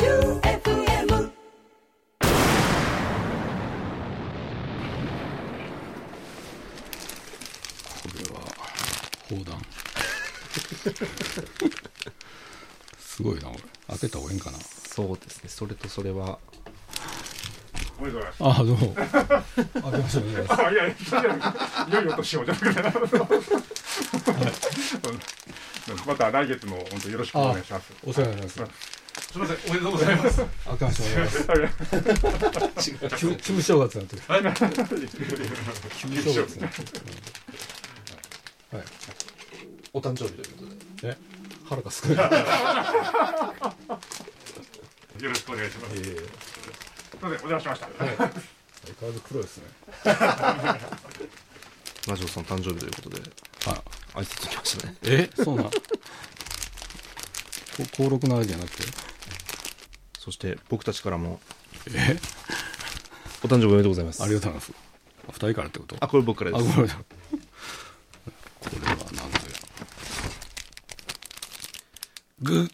J-O-E-U-F-M これは砲弾 すごいな俺開けた方がいいんかなそうですねそれとそれはおめでとうございます。ああどうもあけましておめでとうございまあ、いやいや、いやいや、良い音しようじゃなくて。また来月も本当よろしくお願いします。すお世話になりますすみません、おめでとうございます。明けましておめでとうございます違 う旧旧正月になってる旧正月になってるはいお誕生日ということでえ腹がすくいあよろしくお願いします。すえーみません、お邪魔しました。相変わらず黒いですねラジオさん誕生日ということであ挨拶来ましたねえそうなんこ登録のあれじゃなくてそして僕たちからもえお誕生日おめでとうございますありがとうございますあ二人からってことあこれ僕からあですごめんなさいこれは何だよグー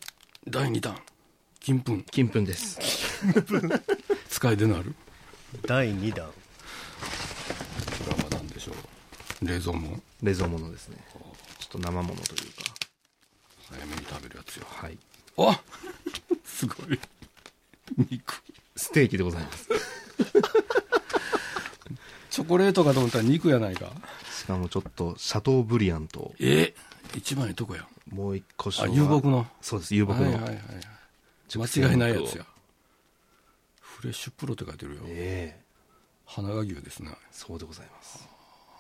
第2弾金粉金粉です使いでなる第2弾ドラマなんでしょう冷蔵もん冷蔵物ですねちょっと生物というか早めに食べるやつよはいあすごい肉ステーキでござ いますチョコレートかと思ったら肉やないかしかもちょっとシャトーブリアンとえ一番いいとこやもう一個あ遊牧のそうです遊牧の、はいはいはいはい間違いないやつやフレッシュプロって書いてるよええ花が牛ですねそうでございます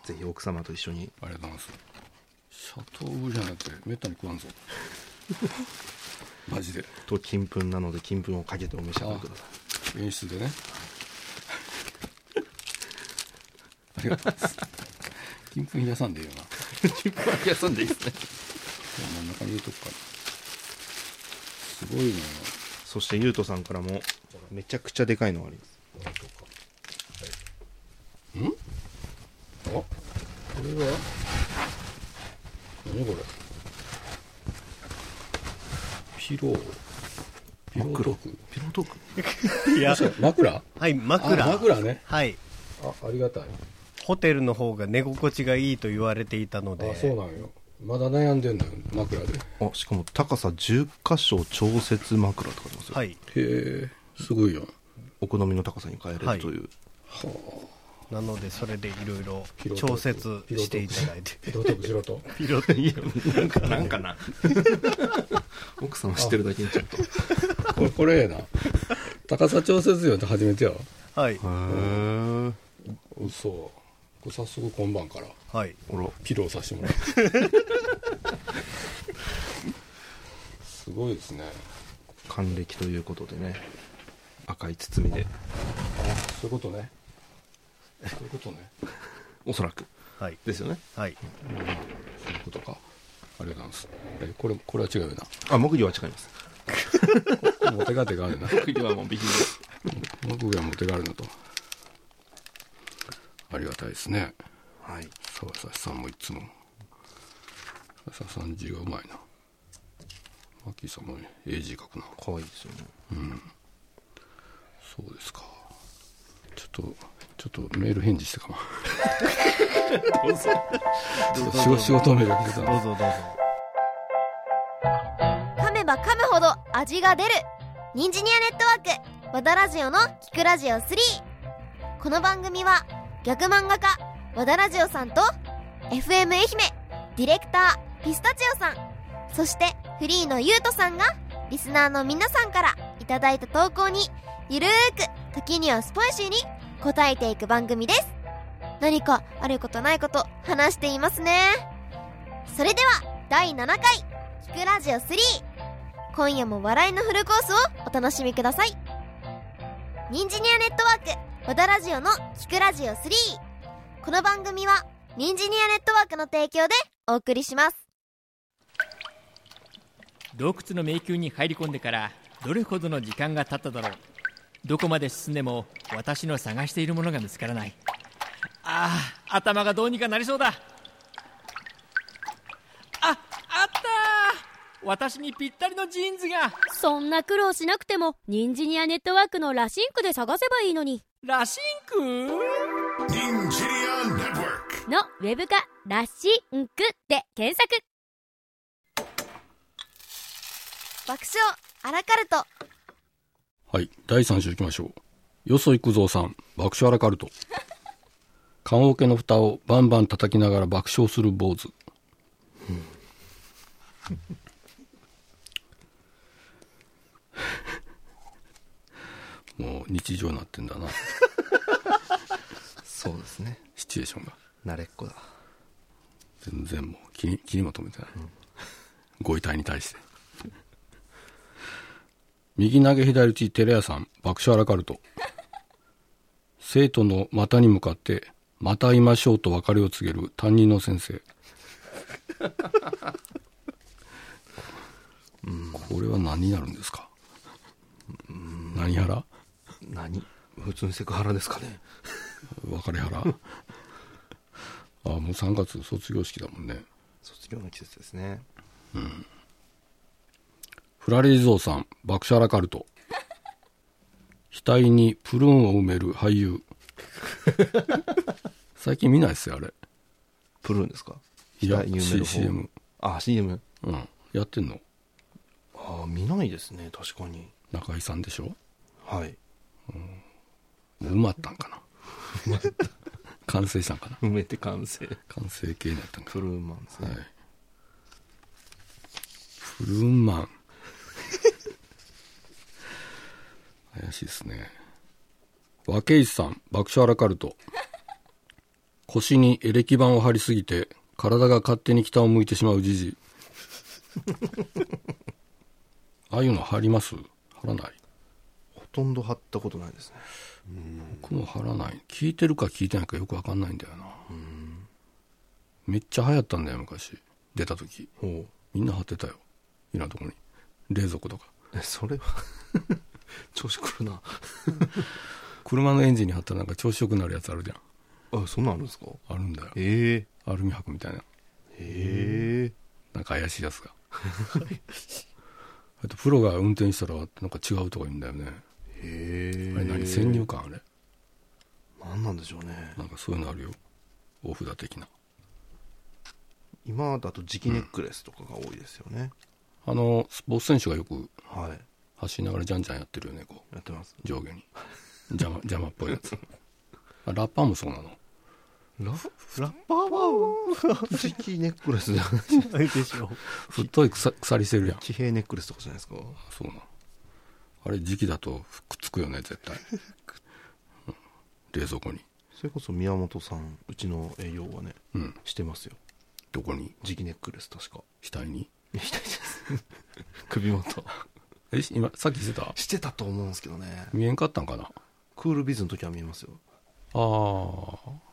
ぜひ奥様と一緒にありがとうございますシャトーブリアンなんてめったに食わんぞマジでと金粉なので金粉をかけてお召し上がりください演出でねありがとうございます金粉冷やさんでいいよな休んでいいですね真ん中に入れとくからすごいなそしてゆうとさんからもめちゃくちゃでかいのがありますあこれは何これピローピロートークピロートークいやそう枕はい枕あ枕ねはいあありがたいホテルの方が寝心地がいいと言われていたのであそうなんよまだ悩んでんのよ枕でへあしかも高さ10箇所調節枕って書いてますよ、はいえすごいよお好みの高さに変えれるという、なのでそれでいろいろ調節していただいてピロートークしろとピロートークなんかなんか な奥様知ってるだけにちょっとこれこれええな高さ調節よって初めてや はいへえうそこれ早速今晩からはいほらピローさせてもらうすごいですね還暦ということでね赤い包みであそういうことねそういうことねおそらくはいですよねはいそういうことかありがとうございますえこれこれは違うよあ木魚は違いますなモテが手があるな木魚はもう美品です僕がモテがあるなとありがたいですねはい沢ささんもいつも沢さん字がうまいなマキさんもええ字書くな可愛いですよねそうですかちょっとちょっとメール返事してかまちょっと仕事仕事メールが来てたんどうでぞどうぞ噛めば噛むほど味が出るニンジニアネットワーク和田ラジオの「聞くラジオ3」この番組は逆漫画家和田ラジオさんと FM 愛媛ディレクターピスタチオさんそしてフリーのゆうとさんがリスナーの皆さんからいただいた投稿にゆるーく時にはスポイシーに答えていく番組です何かあることないこと話していますねそれでは第7回「聞くラジオ3」今夜も笑いのフルコースをお楽しみくださいニンジニアネットワーク和田ラジオの「聞くラジオ3」この番組はニンジニアネットワークの提供でお送りします洞窟の迷宮に入り込んでからどれほどの時間が経っただろうどこまで進んでも私の探しているものが見つからないああ頭がどうにかなりそうだああったー私にぴったりのジーンズがそんな苦労しなくても、ニンジニアネットワークのラシンクで探せばいいのに。ラシンク Ninjinia Network. のウェブ化、ラシンクで検索。爆笑アラカルトはい。第3週行きましょう。よそ行くぞうさん、爆笑アラカルト。棺桶の蓋をバンバン叩きながら爆笑する坊主。 もう日常になってんだな、そうですねシチュエーションが。慣れっこだ全然もう気に気にも留めてない、ご遺体に対して右投げ左打ちテレ屋さん爆笑アラカルト生徒の股に向かって「また会いましょう」と別れを告げる担任の先生これは何になるんですか何腹何普通にセクハラですかね別れ腹あもう3月卒業式だもんね卒業の季節ですねフラレ地蔵さん、爆笑アラカルト。額にプルーンを埋める俳優。最近見ないっすよ、あれ。プルーンですかいや額に埋める方 C- CM あ CM うん。やってんのああ見ないですね確かに中井さんでしょはいもう埋まったんかな。 完成したんかな。埋めて完成完成形になったんかプルーンマンですな。ね、はい。プルーンマン。怪しいですね。和慶一さん、爆笑アラカルト。腰にエレキ板を張りすぎて、体が勝手に北を向いてしまうじじ。ああいうの張ります張らないほとんど貼ったことないですね僕も張らない。聞いてるか聞いてないかよくわかんないんだよな。めっちゃ流行ったんだよ、昔。出た時。ほうみんな張ってたよ。いろんなとこに。冷蔵庫とか。えそれは 調子くるな車のエンジンに貼ったらなんか調子よくなるやつあるじゃん。あそんなんあるんですかあるんだよ。ええアルミ箔みたいな。ええなんか怪しいやつが。あとプロが運転したらなんか違うとか言うんだよね。えあれ何先入観あれ何なんでしょうねなんかそういうのあるよ。大札的な。今だと磁気ネックレスとかが多いですよね、あの、スポーツ選手がよくはい走りながらじゃんじゃんやってるよね、こう。やってます上下に。邪魔、邪魔っぽいやつ。あラッパーもそうなの。ララッパーは 磁気ネックレスじゃないないでし ょう。太い鎖鎖してるやん。地平ネックレスとかじゃないですかそうなのあれ時期だとくっつくよね絶対、うん冷蔵庫にそれこそ宮本さんうちの栄養はね、うんしてますよどこに磁気ネックレス確か 額にみたいです首元えし今さっきしてたしてたと思うんですけどね見えんかったんかなあクールビズの時は見えますよあ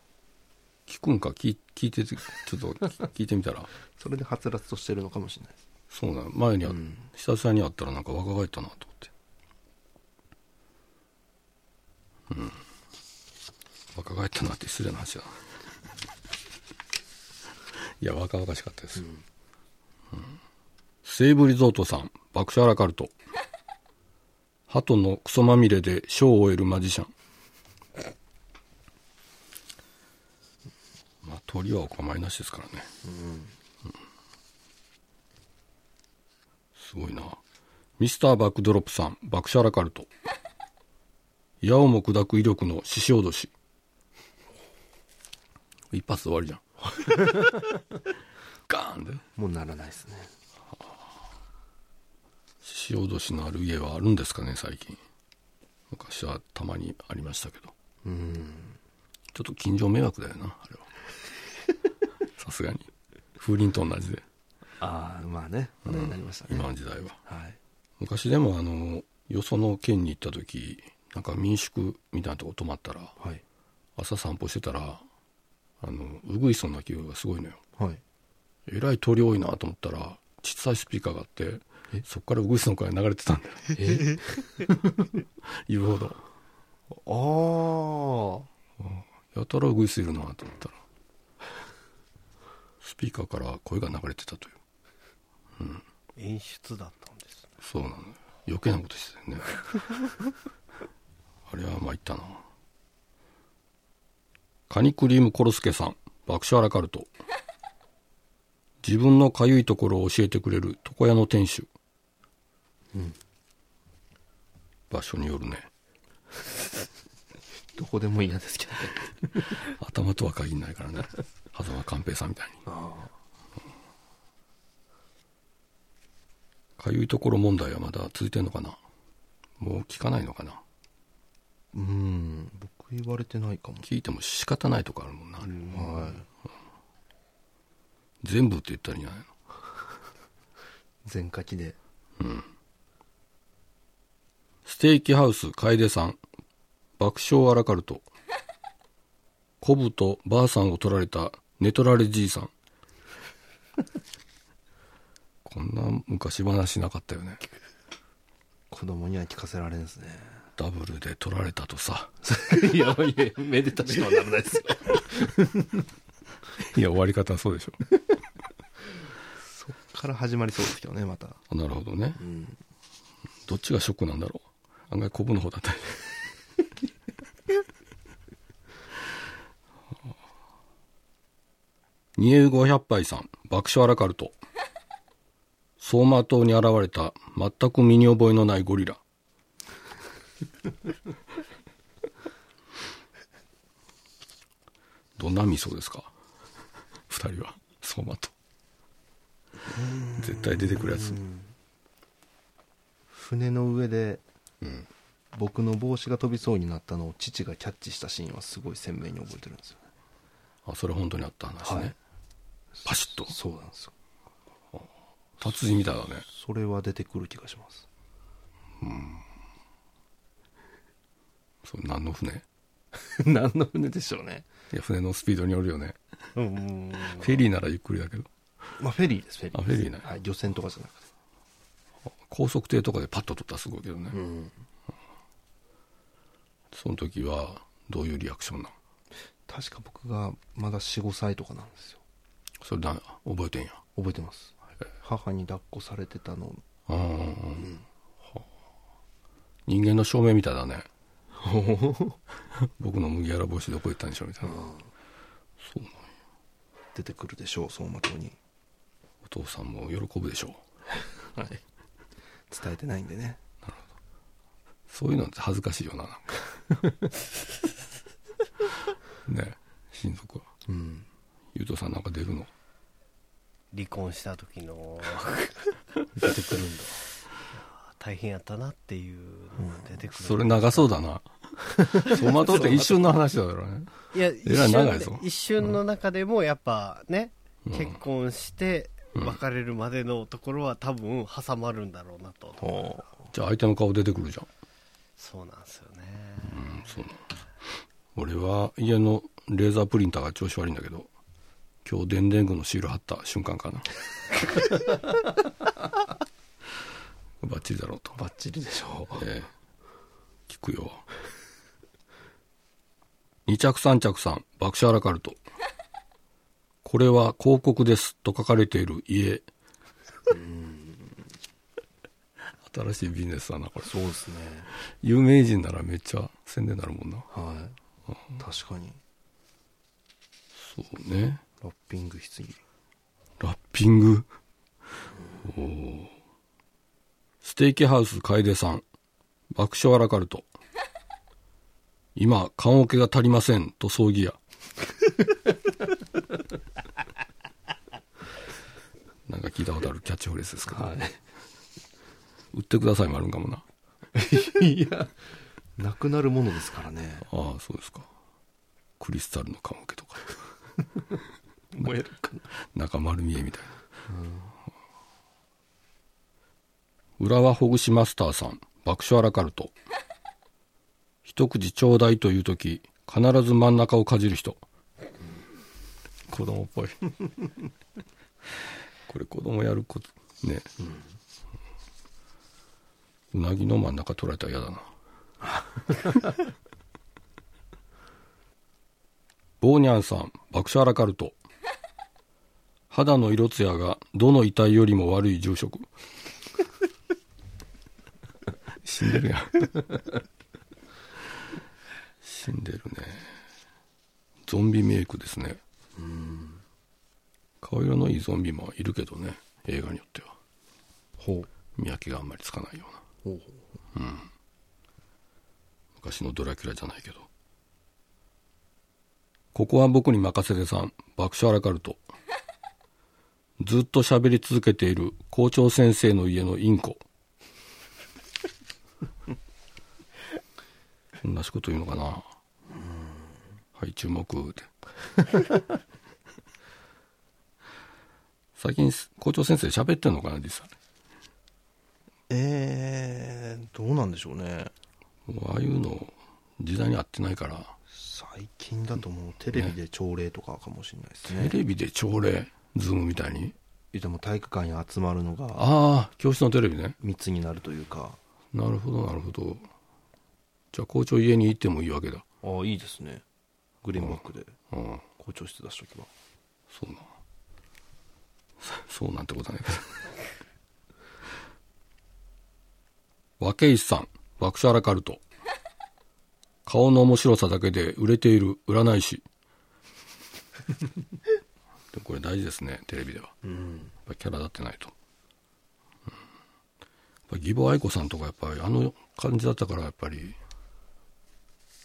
聞くんか聞聞いててちょっと聞聞いてみたらそれではつらつとしてるのかもしれないですそうなの前にあ、うん久々に会ったらなんか若返ったなと思ってうん若返ったなって失礼な話だないや若々しかったです、うん西武リゾートさん爆笑アラカルト鳩のクソまみれでショーを終えるマジシャンまあ鳥はお構いなしですからねすごいな。ミスターバックドロップさん、爆笑アラカルト。矢をも砕く威力の獅子脅し。一発で終わりじゃん。ガーンで。もうならないですね獅子脅しのある家はあるんですかね、最近。昔はたまにありましたけど。ちょっと近所迷惑だよな、あれは。さすがに。風鈴と同じで、ああまあね話題になりましたね、今の時代は。はい昔でもあのよその県に行った時なんか民宿みたいなとこ泊まったらはい朝散歩してたらあのウグイスの鳴き声がすごいのよはいえらい鳥多いなと思ったら小さいスピーカーがあってそっからウグイスの声が流れてたんだよ 言うほどああやたらウグイスいるなと思ったらスピーカーから声が流れてたという、うん、演出だったんですねそうなのよ余計なことしてるねあれは参ったなカニクリームコロスケさん爆笑アラカルト自分のかゆいところを教えてくれる床屋の店主、場所によるねどこでも嫌ですけどね頭とは限らないからね狭間寛平さんみたいにかゆいところ問題はまだ続いてんのかなもう聞かないのかなうーん僕言われてないかも聞いても仕方ないとかあるもんな、はい全部って言ったらいいんじゃないの全書きでステーキハウス楓さん爆笑アラカルトコブとばあさんを取られた寝取られじいさんこんな昔話なかったよね子供には聞かせられん ですねダブルで取られたとさいやいやめでたしとはならないですよいや終わり方はそうでしょそっ から始まりそうですけどねまたあなるほどね、どっちがショックなんだろう案外コブの方だったり 二英五百杯さん爆笑アラカルト走馬灯に現れた全く身に覚えのないゴリラ どんな味噌ですか二人は走馬灯絶対出てくるやつ船の上で、僕の帽子が飛びそうになったのを父がキャッチしたシーンはすごい鮮明に覚えてるんですよねあそれ本当にあった話ね、はいパシッとそうなんですよ達人みたいだねそれは出てくる気がしますそれ何の船い 何の船でしょうねや船のスピードによるよねうんフェリーならゆっくりだけどまあフェリーですフェリーあフェリーねはい、漁船とかじゃなくて高速艇とかでパッと取ったらすごいけどね、その時はどういうリアクションなん確か僕がまだ45歳とかなんですよそれだ覚えてんや覚えてます母に抱っこされてたのうんうんうんはあ人間の証明みたいだ ね僕の麦わら帽子どこ行ったんでしょうみたいな、そうなんや出てくるでしょう走馬灯にお父さんも喜ぶでしょうはい伝えてないんでねそういうのって恥ずかしいよななん かね親族はうんゆうとさんなんか出るの離婚した時の 出てくるんだ大変やったなっていうのが出てくる、それ長そうだな走馬灯って一瞬の話だからねいやえらい長いぞ一瞬で一瞬の中でもやっぱね、結婚して別れるまでのところは多分挟まるんだろうなと、じゃあ相手の顔出てくるじゃん、そうなんですよね、うんそうなの俺は家のレーザープリンターが調子悪いんだけど今日電電具のシール貼った瞬間かな バッチリだろうとバッチリでしょうええ聞くよ二着三着さん爆笑アラカルトこれは広告ですと書かれている家新しいビジネスだなこれそうですね有名人ならめっちゃ宣伝になるもんなはい確かにそうねラッピングしすぎラッピングおーステーキハウス楓さん爆笑アラカルト今棺桶が足りませんと葬儀屋 なんか聞いたことあるキャッチフレーズですけど、売ってくださいもあるんかもなはいやなくなるものですからねああそうですかクリスタルの棺桶とか燃えるかな中丸見えみたいな、浦和ほぐしマスターさん爆笑アラカルト一口ちょうだいという時必ず真ん中をかじる人子供っぽいこれ子供やることね、うなぎの真ん中取られたら嫌だなボーニャンさん爆笑アラカルト肌の色艶がどの遺体よりも悪い住 職死んでるやん死んでるねゾンビメイクですね顔色のいいゾンビもいるけどね映画によってはほう見分けがあんまりつかないようなほうほ昔のドラキュラじゃないけどここは僕に任せてさん爆笑アラカルトずっと喋り続けている校長先生の家のインコこんな仕事言うのかなはい注目で最近校長先生喋ってんのかな実際えー、どうなんでしょうねもうああいうの時代に合ってないから最近だともうテレビで朝礼とかかもしれないですねテレビで朝礼ズームみたいに言うても体育館に集まるのがああ教室のテレビね密になるというかなるほどなるほどじゃあ校長家に行ってもいいわけだああいいですねグリーンバックでうん校長室出しとけばそうなそそうなんてことはないけど和石さん爆笑アラカルト顔の面白さだけで売れている占い師でもこれ大事ですねテレビでは、やっぱキャラ立ってないと、うんやっぱ義母愛子さんとかやっぱりあの感じだったからやっぱり、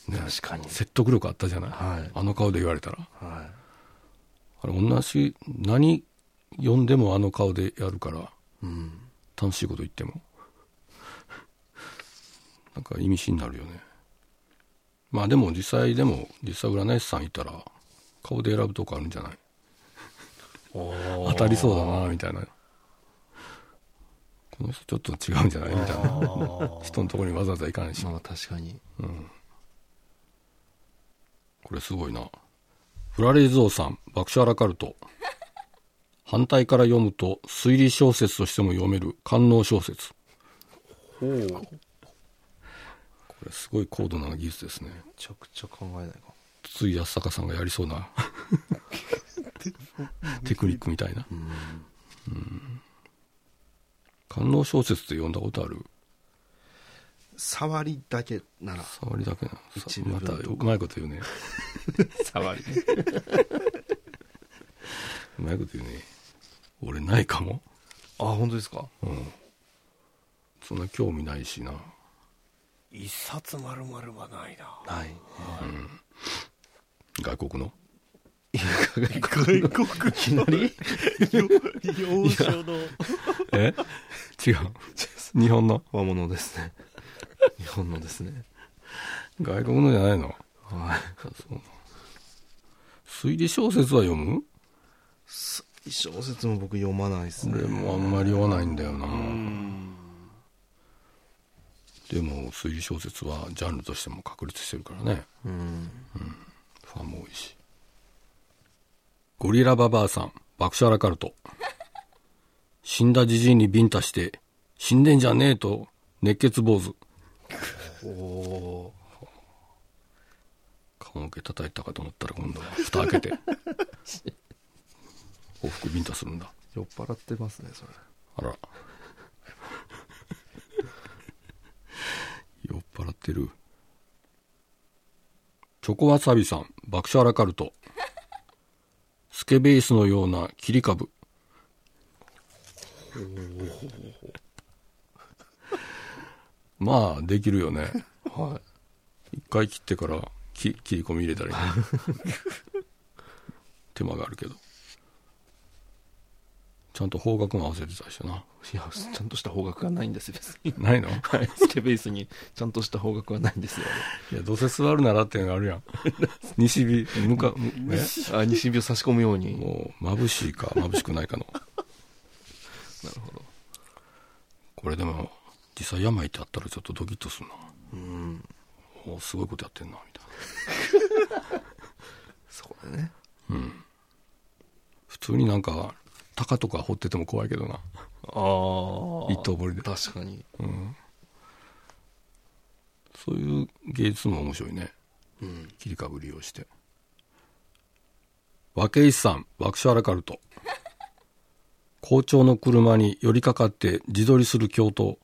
ね、確かに説得力あったじゃない、はいあの顔で言われたらはあれ同じ何読んでもあの顔でやるからいうん楽しいこと言っても なんか意味深になるよねまあでも実際でも実際占い師さんいたら顔で選ぶとこあるんじゃない当たりそうだなみたいなこの人ちょっと違うんじゃないみたいな人のところにわざわざ行かないしまあ確かにこれすごいな。フラレイゾーさん、爆笑アラカルト。反対から読むと、推理小説としても読める官能小説。これすごい高度な技術ですね。めちゃくちゃ考えないか筒井康隆さんがやりそうなテクニックみたいな。うん官能小説って読んだことある触りだけなら触りだけな。さ一部ま分たとうまいこと言うね。 触り。 うまいこと言うね。俺ないかも。あ本当ですかそんな興味ないしな。一冊まるまるはないな。ない外 国の。外国の幼幼少のえ違う。日本の。和物ですね 日本のですね外国のじゃないの。はいそう推理小説は読む小説も僕読まないですね俺もあんまり読まないんだよな。でも推理小説はジャンルとしても確立してるからね。うんファンも多いし。ゴリラババアさん、爆笑アラカルト。 死んだじじいにビンタして、死んでんじゃねえと、熱血坊主。お顔の毛叩いたかと思ったら今度は蓋開け て往復ビンタするんだ酔っ払ってますねそれあら 酔っ払ってるチョコワサビさん爆笑アラカルトスケベースのような切り株まあできるよねはい一回切ってからき切り込み入れ たらいいね手間があるけどちゃんと方角も合わせてたりしてないや、ちゃんとした方角がないんですよ、別に。ないのいはい、スケベースにちゃんとした方角はないんですよ。やどうせ座るならっていうのがあるやん 西日向かむ、ね、あ、西日を差し込むように。もう眩しいか眩しくないかの なるほど。これでも実際病ってあったらちょっとドキッとするなうん。おーすごいことやってんなみたいなそこでね。普通になんか鷹とか掘ってても怖いけどなあ一頭掘りで確かに。そういう芸術も面白いね。切り株利用して。和慶さん、爆笑アラカルト。包丁の車に寄りかかって自撮りする教頭。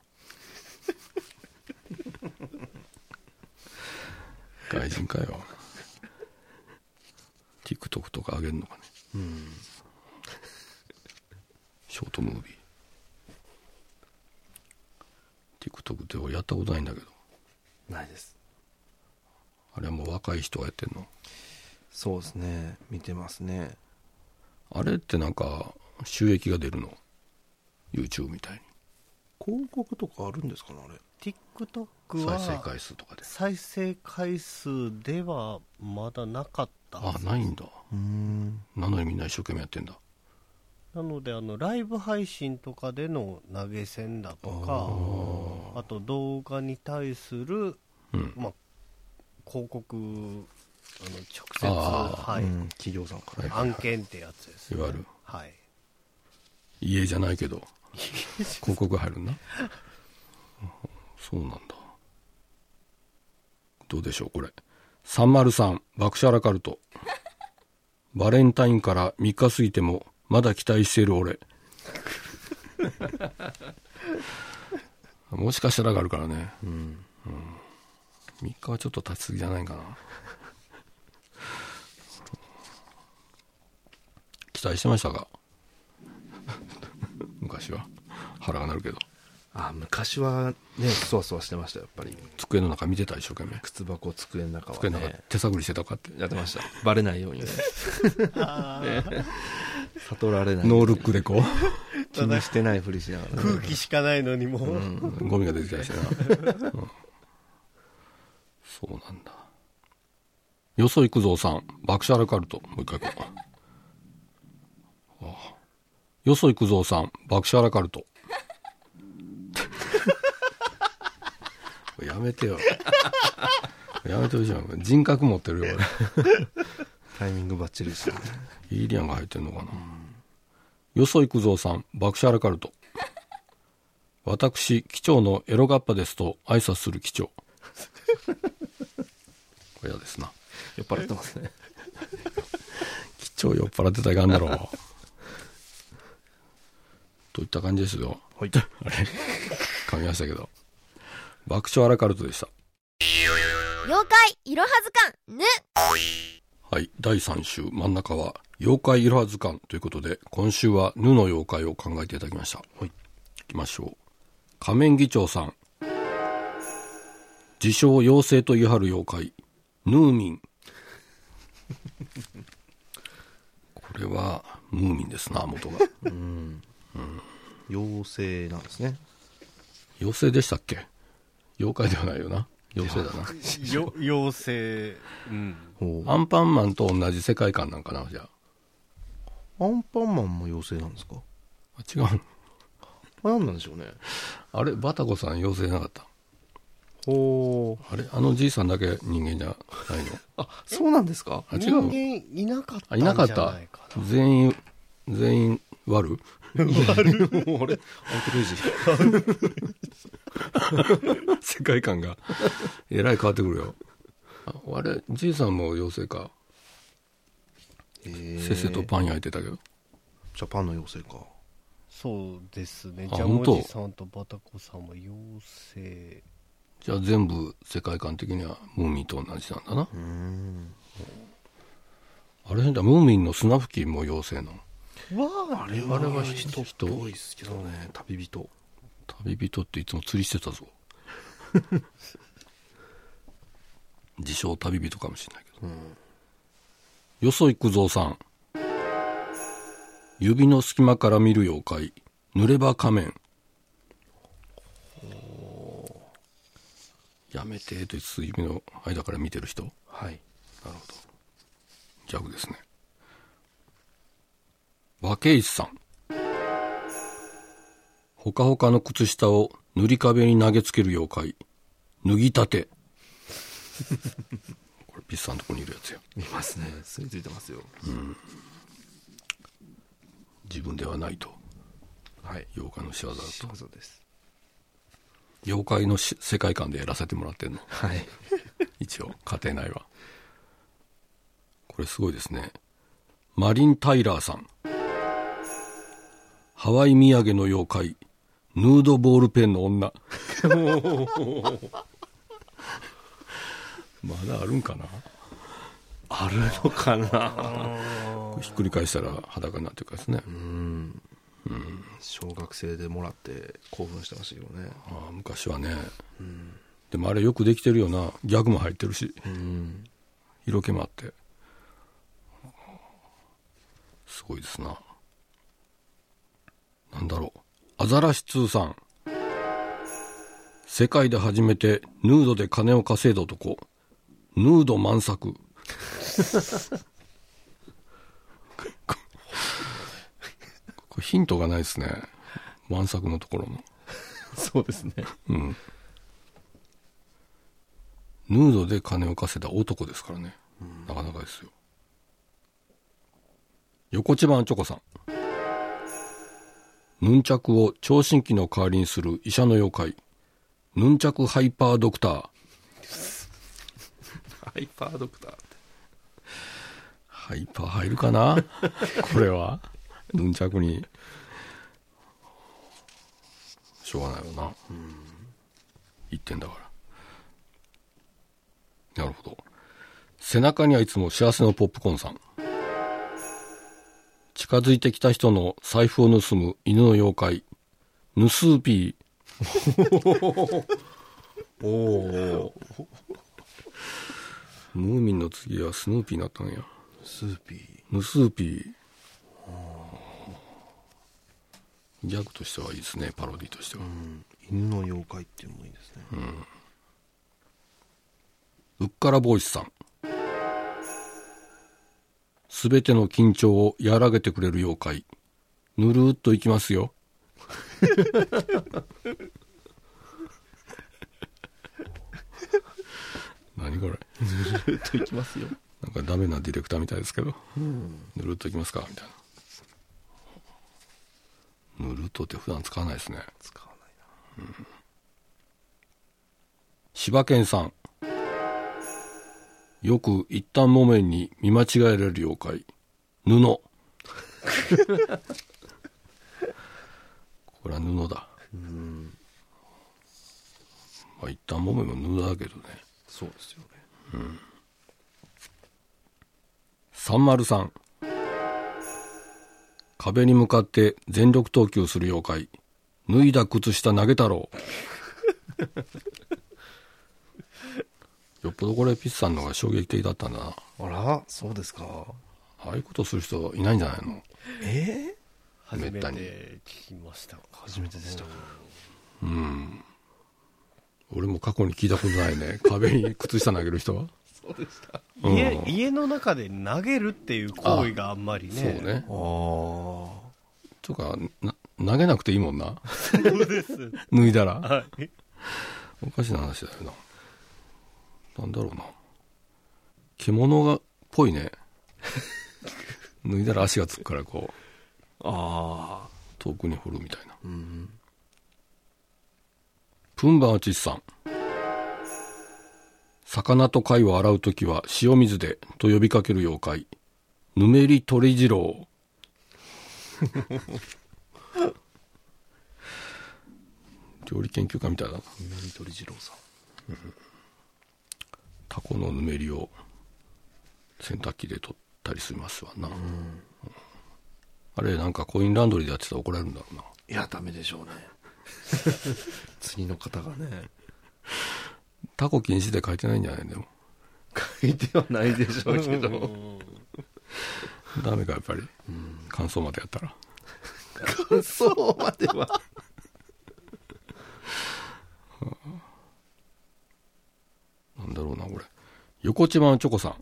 外人かよ。TikTok とか上げるのかね。ショートムービー。TikTok って俺やったことないんだけど。ないですあれはもう若い人がやってんの。そうですね見てますねあれってなんか収益が出るの YouTube みたいに広告とかあるんですかねあれ TikTok 再生は回数とかで再生回数ではまだなかったあないんだうーんなのにみんな一生懸命やってんだなのであのライブ配信とかでの投げ銭だとかあと動画に対する、うんまあ、広告あの直接あはい、うん企業さんから案件ってやつですいわゆるはい家じゃないけ ど広告入るんだそうなんだどうでしょうこれ303爆笑アラカルトバレンタインから3日過ぎてもまだ期待している 俺もしかしたらがあるからねうん、3日はちょっと経ちすぎじゃないか な期待してましたか昔は腹が鳴るけどあ昔はねそわそわしてましたよやっぱり机の中見てた一生懸命靴箱机の中は机の中ね手探りしてたかってやってましたバレないようにね 悟られな いノールックでこ気にしてないふりしながらね空気しかないのにもう、うゴミが出てきたりしてな、うんそうなんだよそ行くぞさん爆笑アルカルトもう一回行こうああよそ行くぞさん爆笑アラカル トやめてよやめてほしいよ人格持ってるよ俺タイミングバッチリでしたねイーリアンが入ってんのかな、よそ行くぞうさん爆笑アラカルト私機長のエロガッパですと挨拶する機長これ嫌ですな酔っ払ってますね機長酔っ払ってたらいかんだろうといった感じですよ はい噛みましたけど爆笑アラカルトでした妖怪いろは図鑑ぬはい第3週真ん中は「妖怪いろは図鑑」ということで今週は「ぬ」の妖怪を考えていただきましたはいいきましょう仮面議長さん自称妖精と言い張る妖怪ヌー ミンこれはムーミンですな元が妖精なんですね妖精でしたっけ妖怪ではないよな妖精だなよ妖精、うん、ほうアンパンマンと同じ世界観なんかなじゃあアンパンマンも妖精なんですかあ違うあ何なんでしょうねあれバタコさん妖精なかったほうあれあのじいさんだけ人間じゃないのあそうなんですかあ違人う間いなかったあんいじゃななかっいかなた全員全員割る もうあれアウトレイジ 世界観がえらい変わってくるよああれじいさんも妖精かえーせっせとパン焼いてたけどジャパンの妖精かそうですねあジャ本ム当おじさんとバタコさんも妖精じゃあ全部世界観的にはムーミンと同じなんだなあれじゃあムーミンの砂付近も妖精なのわああれは人人多いですけどね旅人旅人っていつも釣りしてた ぞ自称旅人かもしれないけど、よそ行くぞうさん指の隙間から見る妖怪濡れば仮面やめてと言いつつ指の間から見てる人なはいるほど逆ですね若石さんほかほかの靴下を塗り壁に投げつける妖怪脱ぎたて これピッサンのとこにいるやつや見ますねすりついてますよ自分ではないとはい妖怪の仕業だと仕業です妖怪のし世界観でやらせてもらってんのはい一応家庭内はこれすごいですねマリン・タイラーさんハワイ土産の妖怪、ヌードボールペンの 女。まだあるんかなあるのかなこれひっくり返したら裸になってるからですね。小学生でもらって興奮してましたけどねああ昔はね、でもあれよくできてるよなギャグも入ってるし、色気もあってすごいですななんだろうアザラシ通さん世界で初めてヌードで金を稼いだ男ヌード満作 これヒントがないですね満作のところのそうですねうん。ヌードで金を稼いだ男ですからね。なかなかですよ。横千葉のチョコさん。ヌンチャクを聴診器の代わりにする医者の妖怪。ヌンチャクハイパードクター。 ハイパードクターってハイパー入るか なこれは。ヌンチャクに。しょうがないよな。一点だから。なるほど。背中にはいつも幸せのポップコーンさん。近づいてきた人の財布を盗む犬の妖怪。ヌスーピー。おおムーミンの次はスヌーピーになったんや。スーピーヌスーピー。ギャグとしてはいいですね、パロディとしては。犬の妖怪っていうのもいいですね、うっからボイスさん。すべての緊張を和らげてくれる妖怪。ぬるーっといきます よ。何これ。といきますよなんかダメなディレクターみたいですけど。ぬるっといきますかみたいな。ぬるっとって普段使わないですね。使わないな柴犬さん。よく一旦木綿に見間違えられる妖怪。布。これは布だ。まあ一旦木綿も布だけどね。そうですよね三丸さん。壁に向かって全力投球する妖怪。脱いだ靴下投げ太郎。よっぽどこれピッツさんの方が衝撃的だったんだな。あらそうですかああいうことする人いないんじゃないのええ初めめてったに聞きましたか初めてでしたか俺も過去に聞いたことないね。壁に靴下投げる人は、家家の中で投げるっていう行為があんまりねそうねあ。あとか、な投げなくていいもんな。脱いだら。はいおかしな話だよな。なんだろうな。獣が、ぽい ね。脱いだら足がつくからこう、ああ遠くに掘るみたいな。プンバーチッさん。魚と貝を洗うときは塩水でと呼びかける妖怪。ぬめり鳥次郎。料理研究家みたいだな。メリトリ二郎さんタコのぬめりを洗濯機で取ったりしますわな、あれなんかコインランドリーでやってたら怒られるんだろうないやダメでし ょうね次の方がねタコ禁止で書いてないんじゃないでも書いてはないでしょうけどダメかやっぱり、乾燥までやったらそうまではなんだろうなこれ横千葉のチョコさん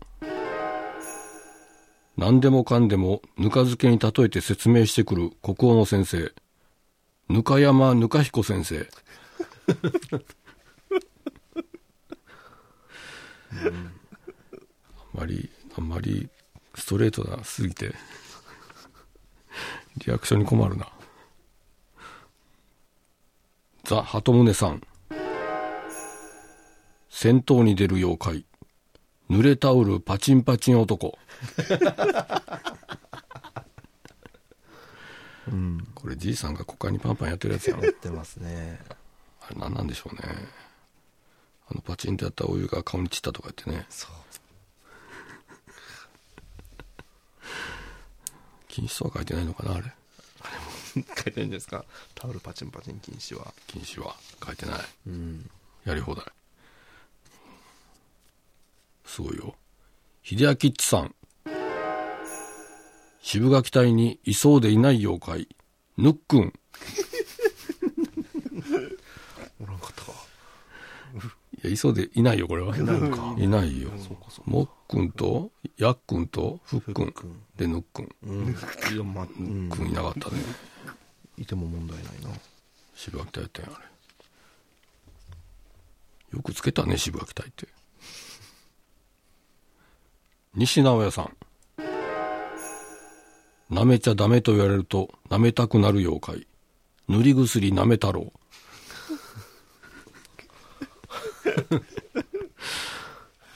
何でもかんでもぬか漬けに例えて説明してくる国語の先生ぬか山ぬか彦先生あんまりあんまりストレートなすぎてリアクションに困るなザ・鳩宗さん戦闘に出る妖怪濡れタオルパチンパチン男うんこれじいさんが股間にパンパンやってるやつやろあやれってますね何なんでしょうねあのパチンってやったお湯が顔に散ったとか言ってねそう禁止とは書いてないのかなあれ書いてないんですかタオルパチンパチン禁止は禁止は書いてないうんやり放題すごいよ秀明っちさん渋垣隊にいそうでいない妖怪ぬっくんおらんかったわいやいそうでいないよこれはいないよもっくんとやっくんとふっくんくんでぬっくんうんいやまあ、うんくんいなかったねいても問題ないな渋垣隊やったんやあれよくつけたね渋垣隊って西直哉さん舐めちゃダメと言われると舐めたくなる妖怪塗り薬舐め太郎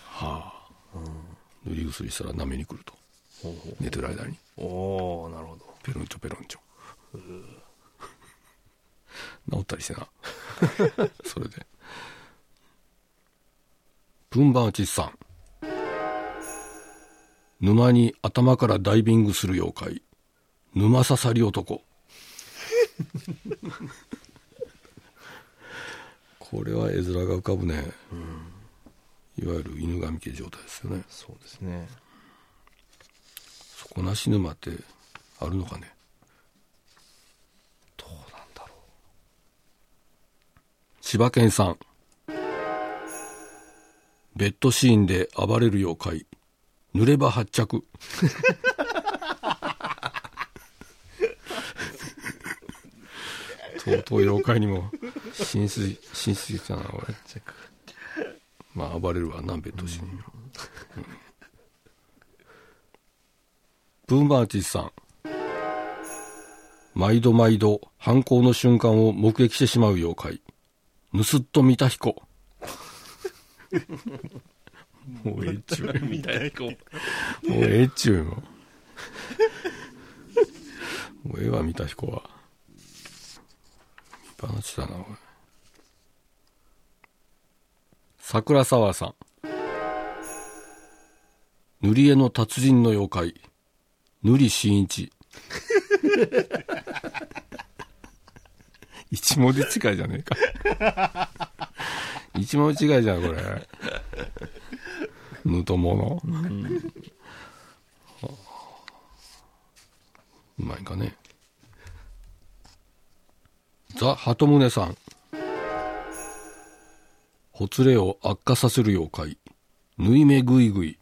はあ、塗り薬したら舐めに来ると寝てる間におおなるほどペロンチョペロンチョ治ったりしてな それでプンバーチスさん沼に頭からダイビングする妖怪沼刺さり男 これは絵面が浮かぶね、いわゆる犬神家状態ですよねそうですね底なし沼ってあるのかねどうなんだろ千葉県産ベッドシーンで暴れる妖怪濡れば発着とうとう妖怪にも浸水浸水したな俺まあ暴れるわなベッドシーンよ、うんブンバーチスさん毎度毎度犯行の瞬間を目撃してしまう妖怪ぬすっと見た彦もうええっちゅうねみたいもうなええっちゅうの。もうええわ、見た彦は。見っぱなしだな、おい。桜沢さん。塗り絵の達人の妖怪。塗り真一。 一文字違いじゃねえか。 一文字違いじゃん、これ。 ぬともの。うまいかね。ザ・鳩宗さん。ほつれを悪化させる妖怪。縫い目ぐいぐい。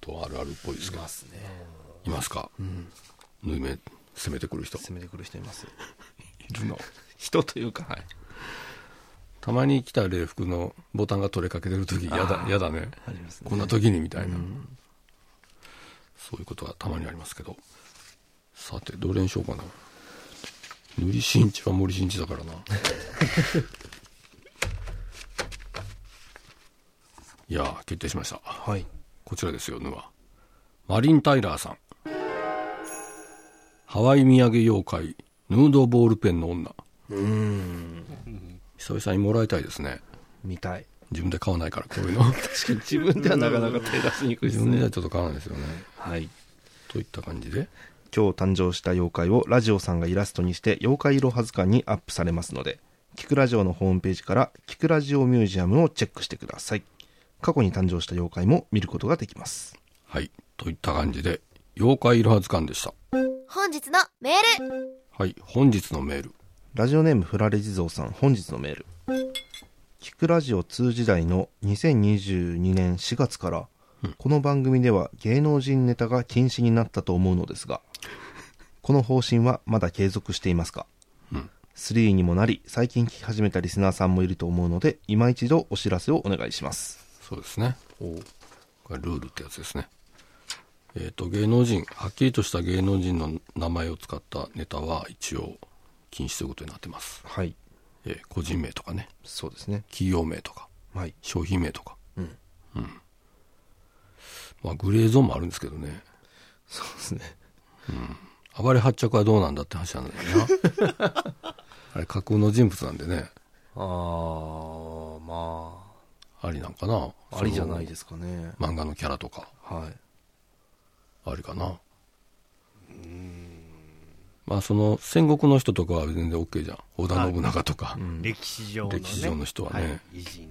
とあるあるっぽいですけど。いますねか。縫い目攻めてくる人。攻めてくる人いますいるの。人というかはいたまに来た礼服のボタンが取れかけてる時やだやだねありますねこんな時にみたいな、そういうことはたまにありますけどさてどれにしようかな塗り新地は森新地だ からないやー決定しましたはいこちらですよ、ぬは。マリン・タイラーさん。ハワイ土産妖怪、ヌードボールペンの女。久々にもらいたいですね。見たい自分で買わないから、こういう の。確かに自分ではなかなか手出しにくい自です分でねはちょっと買わないですよね。はいといった感じで。今日誕生した妖怪をラジオさんがイラストにして妖怪いろはずかにアップされますのでキクラジオのホームページからキクラジオミュージアムをチェックしてください過去に誕生した妖怪も見ることができますはい。といった感じで、妖怪いろはずかんでした。本日のメールはい。本日のメール。ラジオネームフラレ地蔵さん本日のメールキクラジオ2時代の2022年4月からこの番組では芸能人ネタが禁止になったと思うのですがこの方針はまだ継続していますか3にもなり最近聞き始めたリスナーさんもいると思うので今一度お知らせをお願いしますそうですね。これルールってやつですね。えっ、と、芸能人、はっきりとした芸能人の名前を使ったネタは一応禁止ということになってます。はいえー個人名とかね、そうですね企業名とか、はい商品名とか。うんうんまあ、グレーゾーンもあるんですけどね。そうですね暴れ発着はどうなんだって話なんだよな あれ架空の人物なんでねあー、まありなんかなあ、ありじゃないですかね。その漫画のキャラとかはい。ありかなまあその戦国の人とかは全然 OK じゃん織田信長とか、歴史上のね歴史上の人はねい、偉人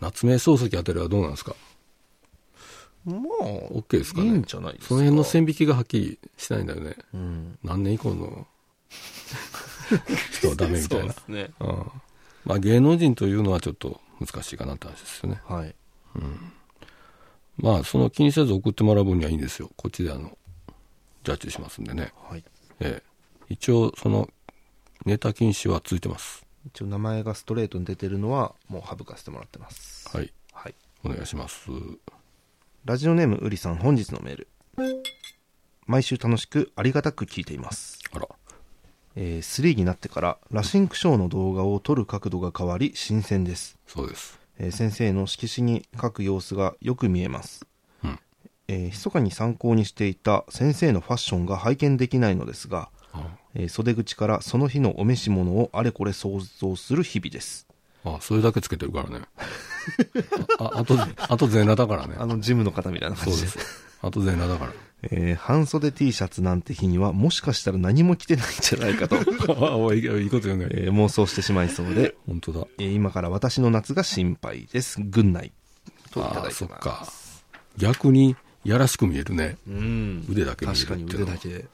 夏目漱石あたりはどうなんですかまあ、 OK ですかねいいんじゃないですかその辺の線引きがはっきりしないんだよねうん。何年以降 の人はダメみたいなそうですね。うんまあ、芸能人というのはちょっと難しいかなって話ですよねはい。まあその気にせず送ってもらう分にはいいんですよこっちであのジャッジしますんでね、はい。ええ、一応そのネタ禁止は続いてます一応名前がストレートに出てるのは、もう省かせてもらってます。はいはい。お願いしますラジオネームうりさん本日のメール毎週楽しくありがたく聞いています、あらえー、3になってからラシンクショーの動画を撮る角度が変わり新鮮です、そうですえー先生の色紙に書く様子がよく見えます、うんえー密かに参考にしていた先生のファッションが拝見できないのですが、あえー袖口からその日のお召し物をあれこれ想像する日々ですあそれだけつけてるからねああとあと全裸だからね あのジムの方みたいなそ感うじでですすあと全裸だからえー半袖 T シャツなんて日にはもしかしたら何も着てないんじゃないか とあおいいいいいこと言うね、えー妄想してしまいそうで、本当だえー今から私の夏が心配です。軍内。といただいてあまあす。そっか逆にやらしく見えるねうん。腕だけ見える確かに腕だけ。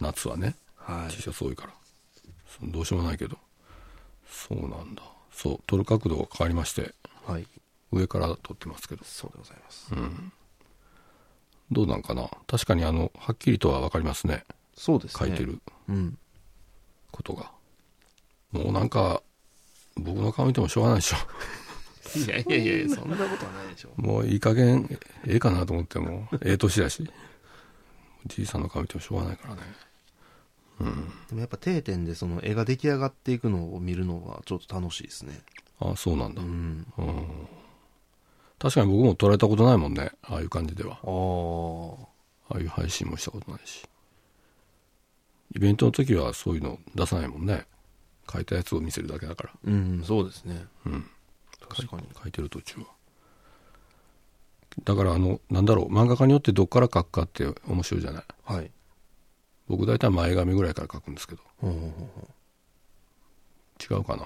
夏はねは T い。シャツ多いからそのどうしようもないけどそうなんだそう撮る角度が変わりましてはい。上から撮ってますけどそうでございます。どうなんかな確かにあのはっきりとは分かりますねそうです書ね。いてるうん。ことが、もうなんか僕の顔見てもしょうがないでしょ いやいやいや、そんなことはないでしょ。もういい加減ええかなと思ってもええ年だしじいさんの顔見てもしょうがないからねでもやっぱ定点でその絵が出来上がっていくのを見るのはちょっと楽しいですね。ああそうなんだ、うん。あ確かに僕も撮られたことないもんねああいう感じではあー。ああいう配信もしたことないしイベントの時はそういうの出さないもんね書いたやつを見せるだけだからうん、そうですね。うん確かに。書いてる途中はだからあのなんだろう漫画家によってどっから書くかって面白いじゃないはい。僕大体前髪ぐらいから書くんですけどほうほうほうほ違うかな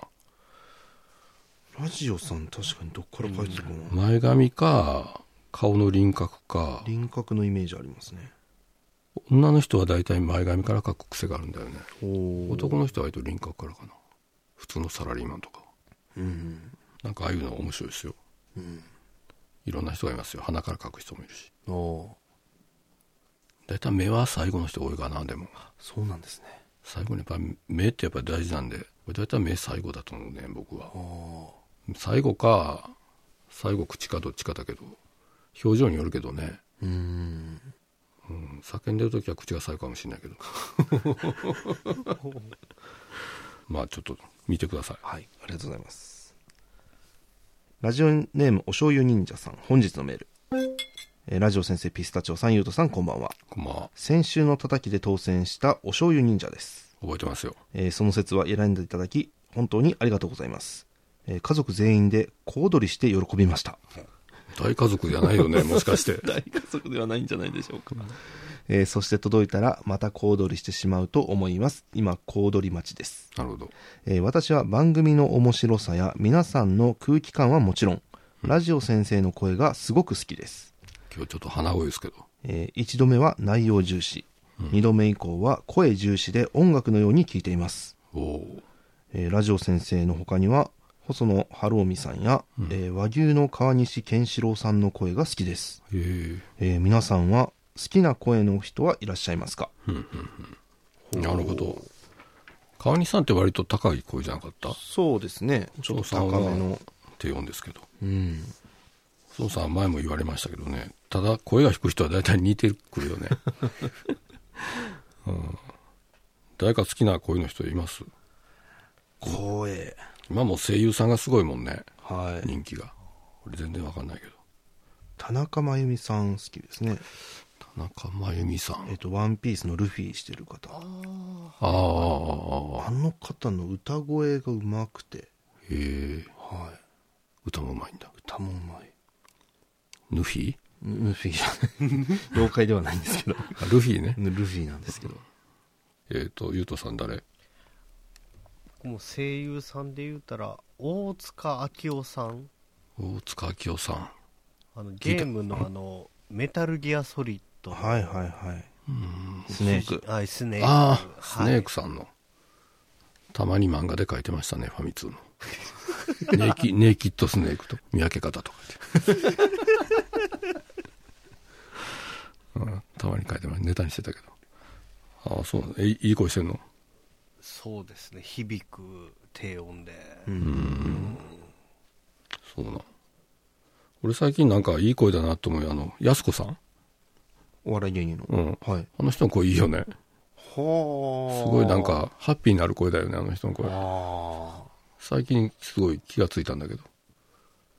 うラジオさん確かにどっから書いてるかな。前髪か顔の輪郭か輪郭のイメージありますね。女の人は大体前髪から書く癖があるんだよねお男の人は割と輪郭からかな普通のサラリーマンとかはうん。なんかああいうの面白いですようん。いろんな人がいますよ鼻から書く人もいるしああ。大体目は最後の人多いかなでもそうなんですね。最後にやっぱり目ってやっぱり大事なんで大体目最後だと思うね僕はあ最後か最後口かどっちかだけど表情によるけどね、うーん。うん、叫んでる時は口が最後かもしれ ないけどまあちょっと見てくださいはい、ありがとうございます。ラジオネームお醤油忍者さん、本日のメール。えーラジオ先生ピスタチオさん、ゆうとさん、こんばんは。こんばんは先週の叩きで当選したお醤油忍者です。覚えてますよえーその説は選んでいただき、本当にありがとうございます。えー家族全員で小躍りして喜びました。大家族じゃないよ ねもしかして大家族ではないんじゃないでしょうか、えーそして届いたらまた小躍りしてしまうと思います今小躍り待ちですなるほどえー私は番組の面白さや皆さんの空気感はもちろん、ラジオ先生の声がすごく好きです。今日ちょっと鼻声ですけどえ1度目は内容重視、2度目以降は声重視で音楽のように聞いています。おおえーラジオ先生の他には、細野晴臣さんや、えー和牛の川西健志郎さんの声が好きです。へええー皆さんは好きな声の人はいらっしゃいますかなるほど川西さんって割と高い声じゃなかったそうですね。ちょっと高めの。低音ですけどうん。そうさん前も言われましたけどねただ声が低い人は大体似てくるよ ね、うん、誰か好きな声の人います声。今もう声優さんがすごいもんねはい。人気が俺全然わかんないけど田中真由美さん好きですね。田中間由美さえっん。と、ワンピースのルフィしてる方。ああ、あの方の歌声がうまくて、へえ、はい。歌もうまいんだ。歌もうまい。ルフィルフィじゃ ない。妖怪ではないんですけど。あルフィね。ルフィなんですけど。えっ、と、ゆうとさん誰もう声優さんで言うたら大塚明夫さん大塚明夫さん。あのゲームのあのメタルギアソリッドのはいはいはい。スネーク。はいスネークああ、スはいネークさんの。たまに漫画で書いてましたね、ファミ通の。 ネイキネイキッドスネークと見分け方とか 書いてうん、たまに書いてましたネタにしてたけどああそうなんだえいい声してんのそうですね響く低音で、そうなん俺最近なんかいい声だなと思うよあのやす子さんお笑い芸人の。うんはい。あの人の声いいよねすごいなんかハッピーになる声だよねあの人の声最近すごい気がついたんだけど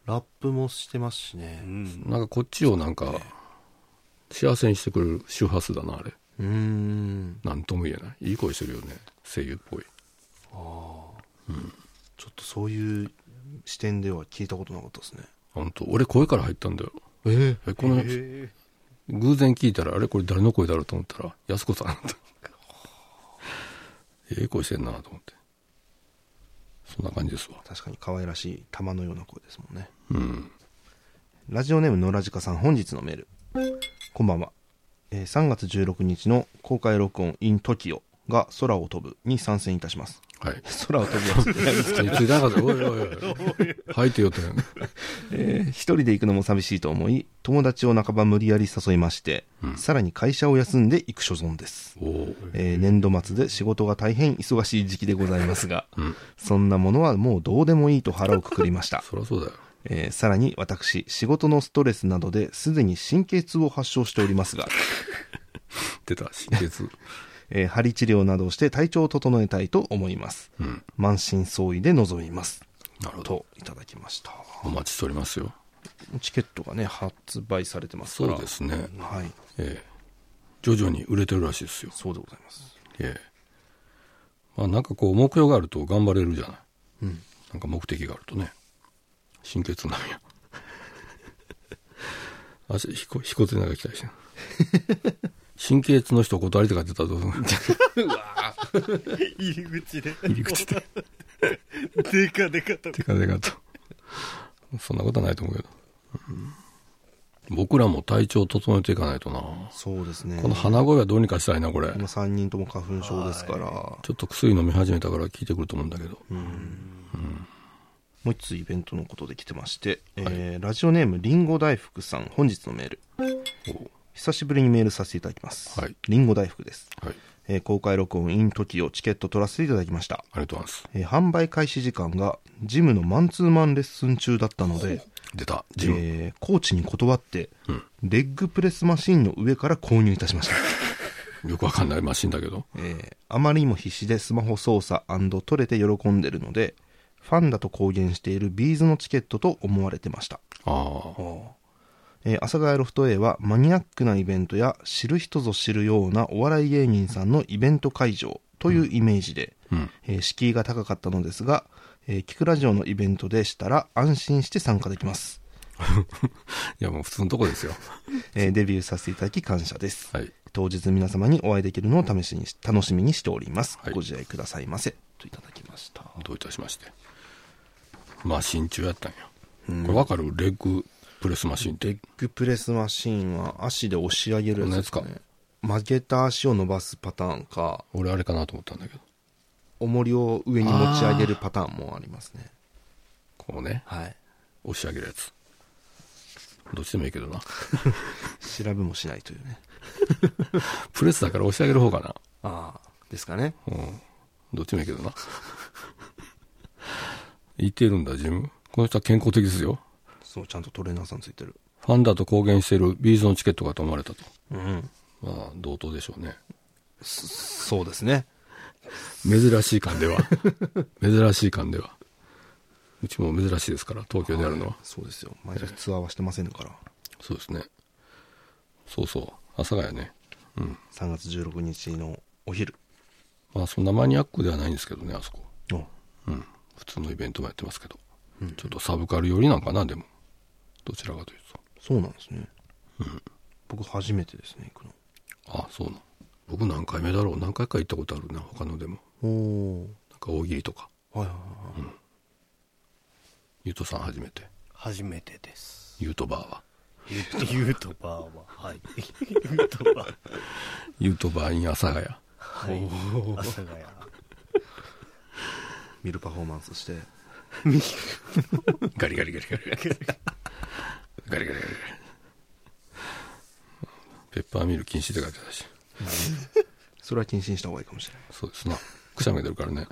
ラップもしてますしうね。ん、なんかこっちをなんか幸せにしてくれる周波数だなあれうーん。なんとも言えないいい声してるよね声優っぽいちょっとそういう視点では聞いたことなかったですね。本当俺声から入ったんだよえええこの、偶然聞いたらあれこれ誰の声だろうと思ったら安子さんだったええ声してんなと思ってそんな感じですわ確かに可愛らしい玉のような声ですもんね。うんラジオネームのラジカさん本日のメールこんばんは、えー3月16日の公開録音 in TOKIO が空を飛ぶに参戦いたします はい空を飛ぶは好き なんですけついついなかったおいおいおい入ってよってど一人で行くのも寂しいと思い友達を半ば無理やり誘いまして、さらに会社を休んで行く所存です、おおえー年度末で仕事が大変忙しい時期でございますが、んそんなものはもうどうでもいいと腹をくくりましたそりゃそうだよえーさらに私、仕事のストレスなどですでに神経痛を発症しておりま すが、出た神経痛えー針治療などをして体調を整えたいと思います。うん満身創痍で臨みます。 なるほどと、いただきました。お待ちしておりますよチケットがね、発売されてますかそら。うですね、はい。ええ徐々に売れてるらしいですよ、そうでございます。ええまあ、なんかこう目標があると頑張れるじゃないうん。なんか目的があるとね神経痛にな るやん足ひこひこつりながら期待し てる神経痛の人お断りって書いてたらどうする 入り口で入り口 ででかでかとでかでかとそんなことはないと思うけど、僕らも体調を整えていかないとなそうですね。この鼻声はどうにかしたいなこれ今3人とも花粉症ですから、もちょっと薬飲み始めたから効いてくると思うんだけど、う一つイベントのことで来てまして、えーラジオネームりんご大福さん、本日のメール。久しぶりにメールさせていただきます。はいりんご大福です。はいえー公開録音 in TOKIO チケット取らせていただきました。ありがとうございますえー販売開始時間がジムのマンツーマンレッスン中だったので、出たえジム、ーコーチに断って、レッグプレスマシンの上から購入いたしました、よくわかんないマシンだけどえーあまりにも必死でスマホ操作取れて喜んでるのでファンだと公言しているビーズのチケットと思われてましたああえー阿佐ヶ谷ロフト A はマニアックなイベントや知る人ぞ知るようなお笑い芸人さんのイベント会場というイメージで、うんえー敷居が高かったのですが、えー、キクラジオのイベントでしたら安心して参加できます、いやもう普通のとこですよえーデビューさせていただき感謝です、はい当日皆様にお会いできるのを試しにし楽しみにしております、はいご自愛くださいませといただきましたどういたしましてマシン中やったんやこれわかるレッグプレスマシンってレッグプレスマシーンは足で押し上げるやつですこんなやね曲げた足を伸ばすパターンか俺あれかなと思ったんだけど重りを上に持ち上げるパターンもありますねこうねはい押し上げるやつどっちでもいいけどな調べもしないというねプレスだから押し上げる方かなああですかねうんどっちもいいけどな言ってるんだジムこの人は健康的ですよそうちゃんとトレーナーさんついてるファンだと公言しているビーズのチケットがと思われたとうんまあ同等でしょうねそうですね珍しい感では珍しい感ではうちも珍しいですから東京でやるのは、そうですよ毎年ツアーはしてませんからそうですねそうそう阿佐ヶ谷ねうん3月16日のお昼まあそんなマニアックではないんですけどねあそこおうん普通のイベントもやってますけど、ちょっとサブカル寄りなんかなでもどちらかというとそうなんですね、僕初めてですね行くあそうなの僕何回目だろう何回か行ったことあるな他のでものおなんか大喜利とかおはいはいはいはいゆうとさん初めて初めてです。ゆうとばーはユートバーは、はい。ユートバー。ゆうとばー in 阿佐ヶ谷 はい。阿佐ヶ谷。見るパフォーマンスしてガリガリガリガリガ リガリガリガリガリペッパーミル禁止って書いてたしそれは謹慎した方がいいかもしれないそうですなくしゃみが出るからね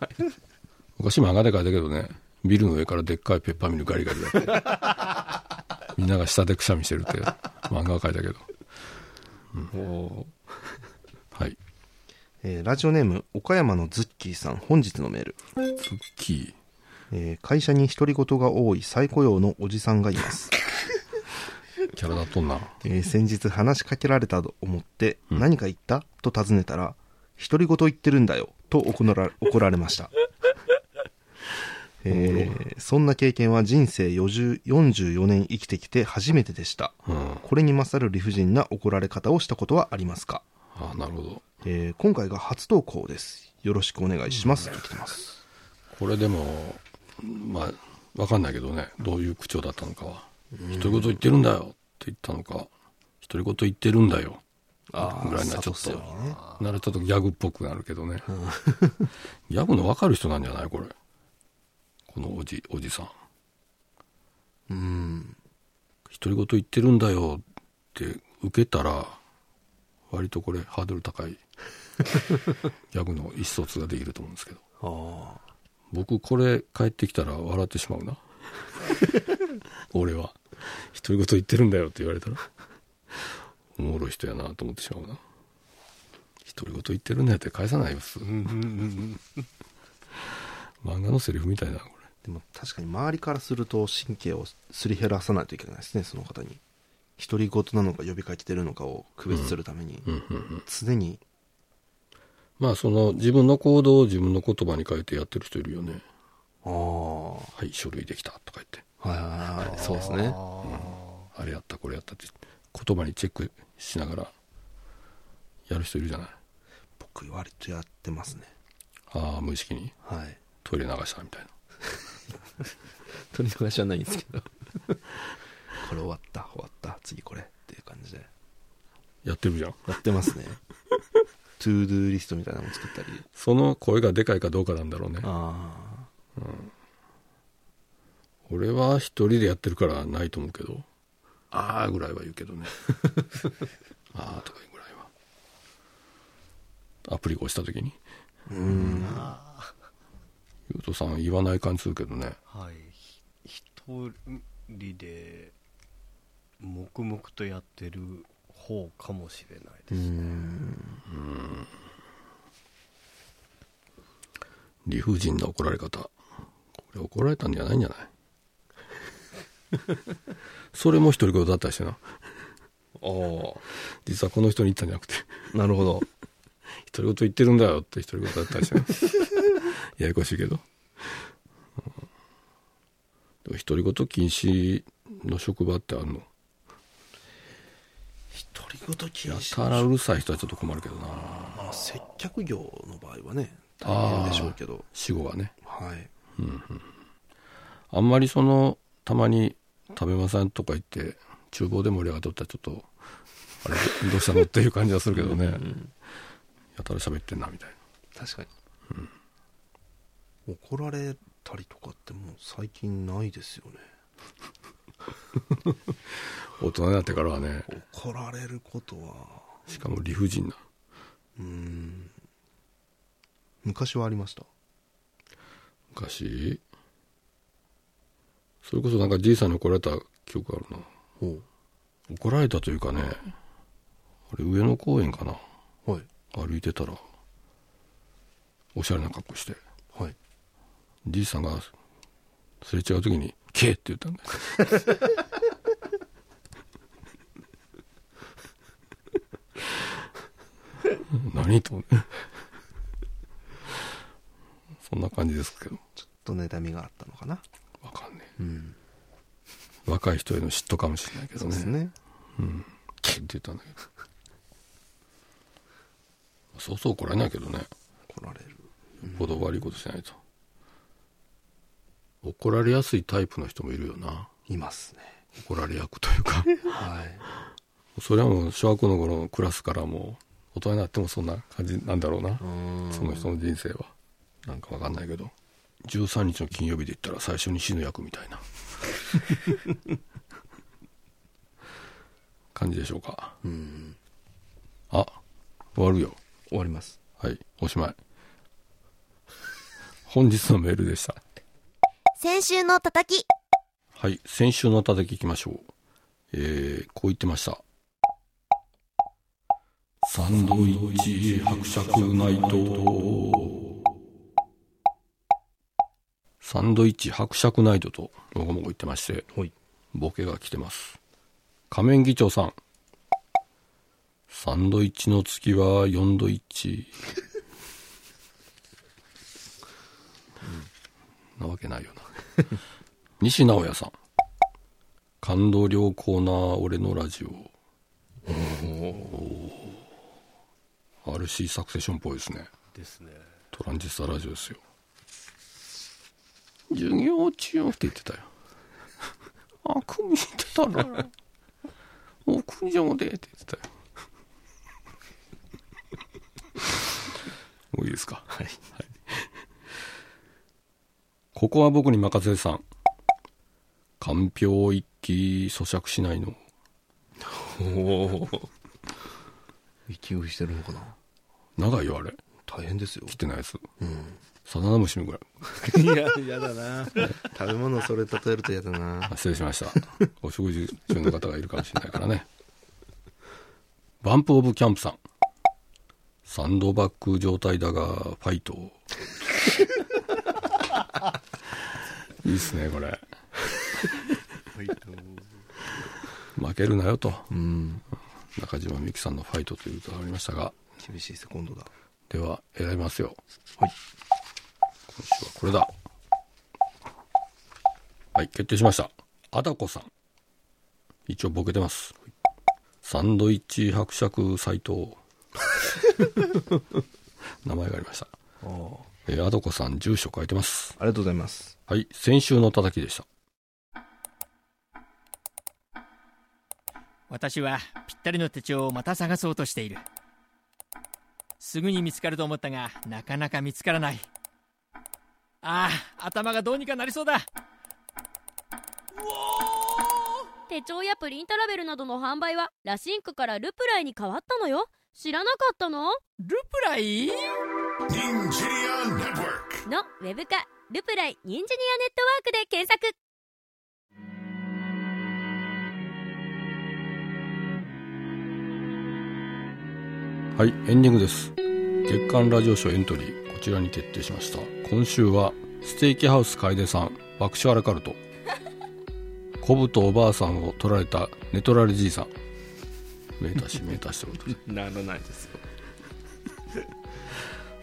昔漫画で書いたけどねビルの上からでっかいペッパーミルガリガリだってみんなが下でくしゃみしてるって漫画は書いたけど、うん、はいえーラジオネーム岡山のズッキーさん本日のメール、ツッキーえー会社に独り言が多い再雇用のおじさんがいます、キャラだっとんなえー先日話しかけられたと思って、何か言ったと尋ねたら独り言言ってるんだよと怒ら 怒られました、えーそんな経験は人生40 44年生きてきて初めてでした、うんこれに勝る理不尽な怒られ方をしたことはありますか、あなるほどえー今回が初投稿ですよろしくお願いします、と来てますこれでもまあ分かんないけどねどういう口調だったのかは独り言言ってるんだよって言ったのか独り言言ってるんだよぐらいなちょっと、なるとちょっとギャグっぽくなるけどね、ギャグの分かる人なんじゃないこれこのおじおじさんうん独り言言ってるんだよって受けたら割とこれハードル高いギャグの意思疎通ができると思うんですけどああ僕これ帰ってきたら笑ってしまうな 俺は独り言言ってるんだよって言われたらおもろい人やなと思ってしまうな独り言言ってるんだよって返さないよ普通漫画のセリフみたいだなこでも確かに周りからすると神経をすり減らさないといけないですねその方に独り言なのか呼びかけてるのかを区別するために、れうんうんうん常にまあその自分の行動を自分の言葉に変えてやってる人いるよねああはい書類できたとか言ってはいはいはいそうですねあれやったこれやったって言葉にチェックしながらやる人いるじゃない僕割とやってますねああ無意識にはいトイレ流したみたいな取り逃しはないんですけ どこれ終わった終わった次これっていう感じでやってるじゃんやって ますねトゥードゥーリストみたいなのも作ったりその声がでかいかどうかなんだろうねあ俺は一人でやってるからないと思うけどああぐらいは言うけどね ああとかいうぐらいはアプリを押した時にうんゆうとさん言わない感じするけどねはい。ひ一人で、黙々とやってる方かもしれないですね。理不尽な怒られ方これ怒られたんじゃないんじ ゃないそれも独り言だったりしてなあお実はこの人に言ったんじゃなくてなるほど独り言言ってるんだよって独り言だったりしてややこしいけど、うんでも独り言禁止の職場ってあるの独り言禁やたらうるさい人はちょっと困るけどなまあ、接客業の場合はねあー大変でしょうけど死後はねはいあんまりそのたまに食べませんとか言って厨房で盛り上がっとったらちょっとあれどうしたのっていう感じはするけどねやたら喋ってんなみたいな確かに、怒られたりとかってもう最近ないですよね大人になってからはね怒られることはしかも理不尽な昔はありました昔それこそなんかじいさんに怒られた記憶あるなほ怒られたというかねあれ上野公園かなうはい歩いてたらおしゃれな格好してはいじいさんがすれ違う時に「け」って言ったんだよ何と思って。そんな感じですけど。と妬みがあったのかなわかんねえ、若い人への嫉妬かもしれないけどそうねですねって言ったんだけどそうそう来られないけどね来られるよっぽど悪いことしないと、怒られやすいタイプの人もいるよないますね怒られ役と いうかはいそれはもう小学校の頃のクラスからもう大人になってもそんな感じなんだろうなその人の人生はなんかわかんないけど13日の金曜日で言ったら最初に死ぬ役みた いな感じでしょうかあ終わるよ終わりますはいおしまい本日のメールでした先週の叩きはい先週の叩きいきましょうえー、こう言ってましたサンドイッチ伯爵ナイトサンドイッチ伯爵ナイトともごもご言ってましてはいボケが来てます仮面議長さんサンドイッチの月は4度イッ チなわけないよな西直哉さん感動良好な俺のラジオおー RC サクセションっぽいですねですね。トランジスタラジオですよ授業中って言ってたよ あくびしてたな 屋上でって言ってたよ もういいですかはい、ここは僕に任せてさんかんぴょう一揆咀嚼しないのおお息食いしてるのかな長いよあれ大変ですよ切ってないやつさだなむしみぐらいい や嫌だな食べ物それ例えると嫌だなあ失礼しましたお食事中の方がいるかもしれないからねバンプ・オブ・キャンプさんサンドバッグ状態だがファ イトいいっすねこれ負けるなよとうん中島みゆきさんの「ファイト」という歌がありましたが厳しいセコンドだでは選びますよはい今週はこれだはい決定しましたあだこさん一応ボケてますサンドイッチ伯爵斎藤 名前がありましたえーあだこさん住所書いてますありがとうございますはい先週の叩きでした私はぴったりの手帳をまた探そうとしているすぐに見つかると思ったがなかなか見つからないああ頭がどうにかなりそうだ手帳やプリントラベルなどの販売はラシンクからルプライに変わったのよ知らなかったのルプライ Ninjaria Network. のウェブ化ルプライニンジニアネットワークで検索はいエンディングです月刊ラジオショーエントリーこちらに決定しました今週はステーキハウス楓さん爆笑アラカルト コブとおばあさんを取られたネトラレじいさん名足し名足しってことでならないですよ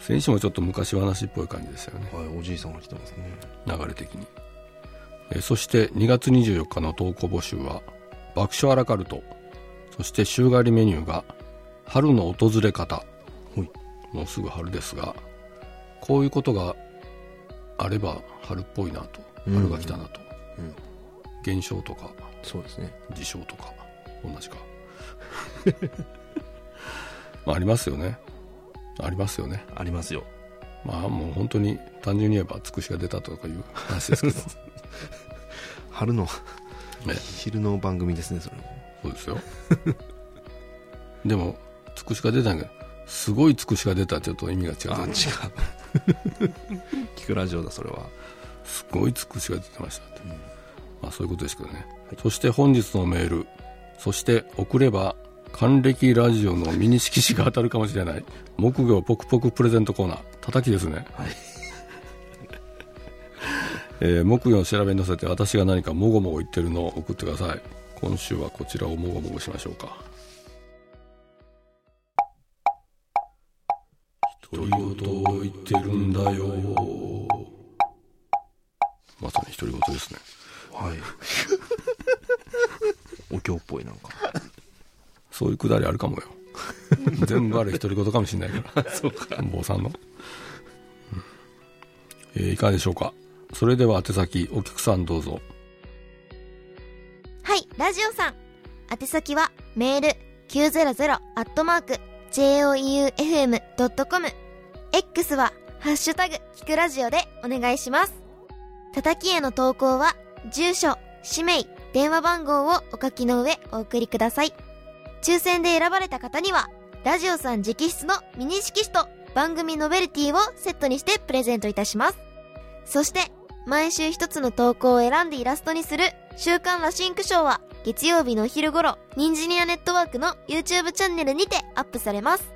先週もちょっと昔話っぽい感じでしたよねはいおじいさんが来てますね流れ的にえーそして2月24日の投稿募集は爆笑アラカルトそして週替わりメニューが春の訪れ方はいもうすぐ春ですがこういうことがあれば春っぽいなとうん春が来たなと、うん現象とかそうですね事象とか同じか まあありますよねありますよねありますよまあもう本当に単純に言えばつくしが出たとかいう話 ですけど、春のね、昼の番組ですねそれもそうですよでもつくしが出たんだけどすごいつくしが出たらちょっと意味が違う違う聞くラジオだそれはすごいつくしが出てましたって、まあ、そういうことですけどね、そして本日のメールそして送れば還暦ラジオのミニ色紙が当たるかもしれない木魚ポクポクプレゼントコーナー叩きですねはい えー木魚の調べに乗せて私が何かもごもご言ってるのを送ってください今週はこちらをもごもごしましょうかどういうことを言ってるんだよまさに独り言ですねはいお経っぽいなんか そういうくだりあるか もよ全部ある独り言かもしれないからそうか坊さんの、うんえーいかがでしょうかそれでは宛先お客さんどうぞはい、ラジオさん。宛先はメール900アットマーク joeufm.com X はハッシュタグ聞くラジオでお願いします。叩きへの投稿は住所、氏名、電話番号をお書きの上お送りください。抽選で選ばれた方にはラジオさん直筆のミニ色紙と番組ノベルティをセットにしてプレゼントいたします。そして毎週一つの投稿を選んでイラストにする週刊ラシンク賞は月曜日のお昼頃、ニンジニアネットワークの YouTube チャンネルにてアップされます。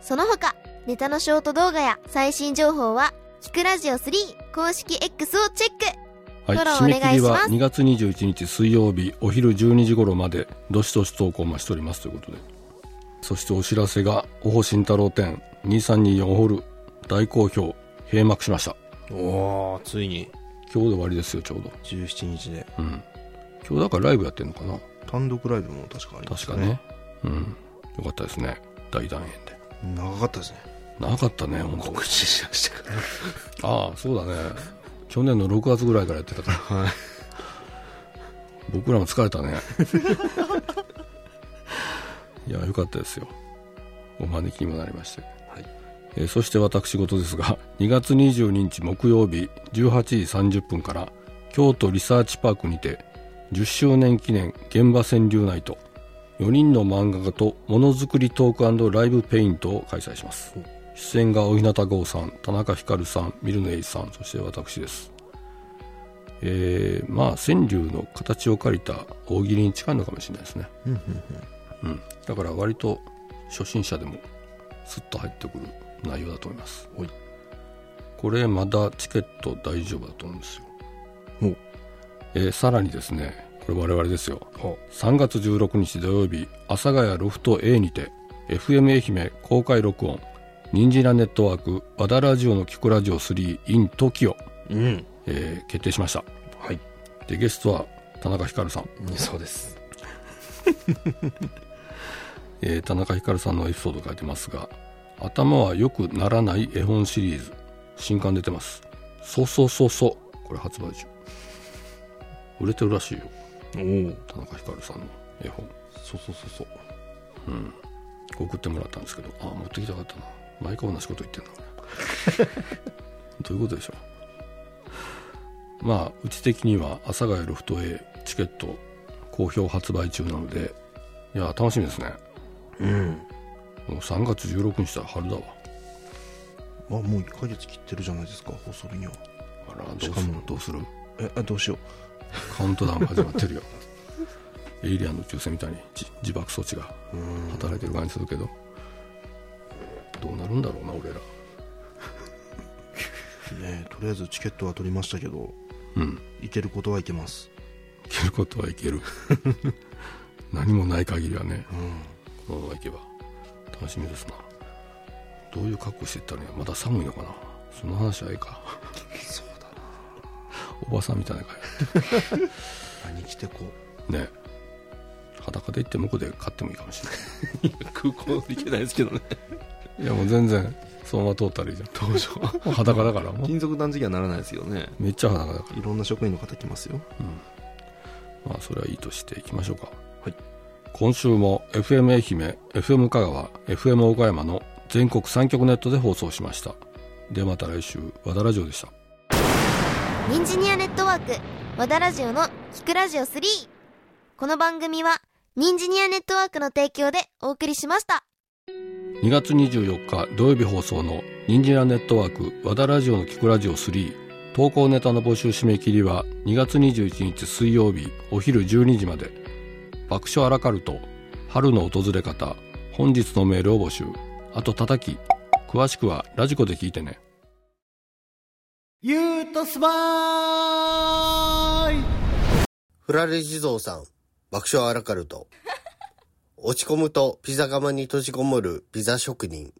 その他、ネタのショート動画や最新情報は、キクラジオ3公式 X をチェックはい、フォロー締め切りおは願い2月21日水曜日お昼12時頃までどしどし投稿を待ちしておりますということでそしてお知らせが「おほ慎太郎展2324ホール」大好評閉幕しましたおおついに今日で終わりですよちょうど17日でうん今日だからライブやってんのかな単独ライブも確かありまし確たかねうんよかったですね大団円で長かったですねなかったね本告知しましたから当ああそうだね去年の6月ぐらいからやってたからはい僕らも疲れたね いやよかったですよお招きにもなりまして、はいえーそして私事ですが2月22日木曜日18時30分から京都リサーチパークにて10周年記念現場川柳ナイト4人の漫画家とものづくりトークライブペイントを開催します出演が小日向剛さん田中ひかるさんミルネイさんそして私ですえーまあ川柳の形を借りた大喜利に近いのかもしれないですねうんだから割と初心者でもスッと入ってくる内容だと思いますはいこれまだチケット大丈夫だと思うんですよおえーさらにですねこれ我々ですよ3月16日土曜日阿佐ヶ谷ロフト A にて FM 愛媛公開録音「ニンジラネットワーク和田ラジオのキクラジオ 3inTOKIO うん」えー決定しましたはいでゲストは田中ひかるさん、そうですえー田中ひかるさんのエピソード書いてますが頭は良くならない絵本シリーズ新刊出てますそうそうそうそうこれ発売中売れてるらしいよおお田中ひかるさんの絵本そうそうそうそう送ってもらったんですけどあ持ってきたかったな毎回同じこと言ってんだこれ どういうことでしょうまあうち的には阿佐ヶ谷ロフト A チケット好評発売中なのでいや楽しみですねうんもう3月16日は春だわまあもう1ヶ月切ってるじゃないですか放送日にはあらどうすしるかもどうするえあどうしようカウントダウン始まってるよエイリアンの抽選みたいにじ自爆装置が働いてる感じするけどどうなるんだろうな俺らねえとりあえずチケットは取りましたけどうん行けることはいけますいけることはいける 何もない限りはね、このままいけば楽しみですなどういう格好していったらいいのまだ寒いのかなその話はええかそうだなおばさんみたいな感何着てこじね裸で行って向こうで買ってもいいかもしれなう空港行けないですけ どねいいやもう全然そのまま通ったらいいじゃん当初裸だからもう金属断食はならないですよねめっちゃ裸だからいろんな職員の方来ますよまあそれはいいとしていきましょうか、はい今週も FM 愛媛 FM 香川 FM 岡山の全国3局ネットで放送しましたではまた来週和田ラジオでしたニンジニアネットワーク和田ラジオの聞くラジオ3この番組はニンジニアネットワークの提供でお送りしました2月24日土曜日放送の「ニンジラネットワーク和田ラジオの聞くラジオ3」投稿ネタの募集締め切りは2月21日水曜日お昼12時まで爆笑アラカルト春の訪れ方本日のメールを募集あと叩き詳しくはラジコで聞いてねゆうとすばーいフラレ地蔵さん、爆笑アラカルト。落ち込むとピザ窯に閉じこもるピザ職人。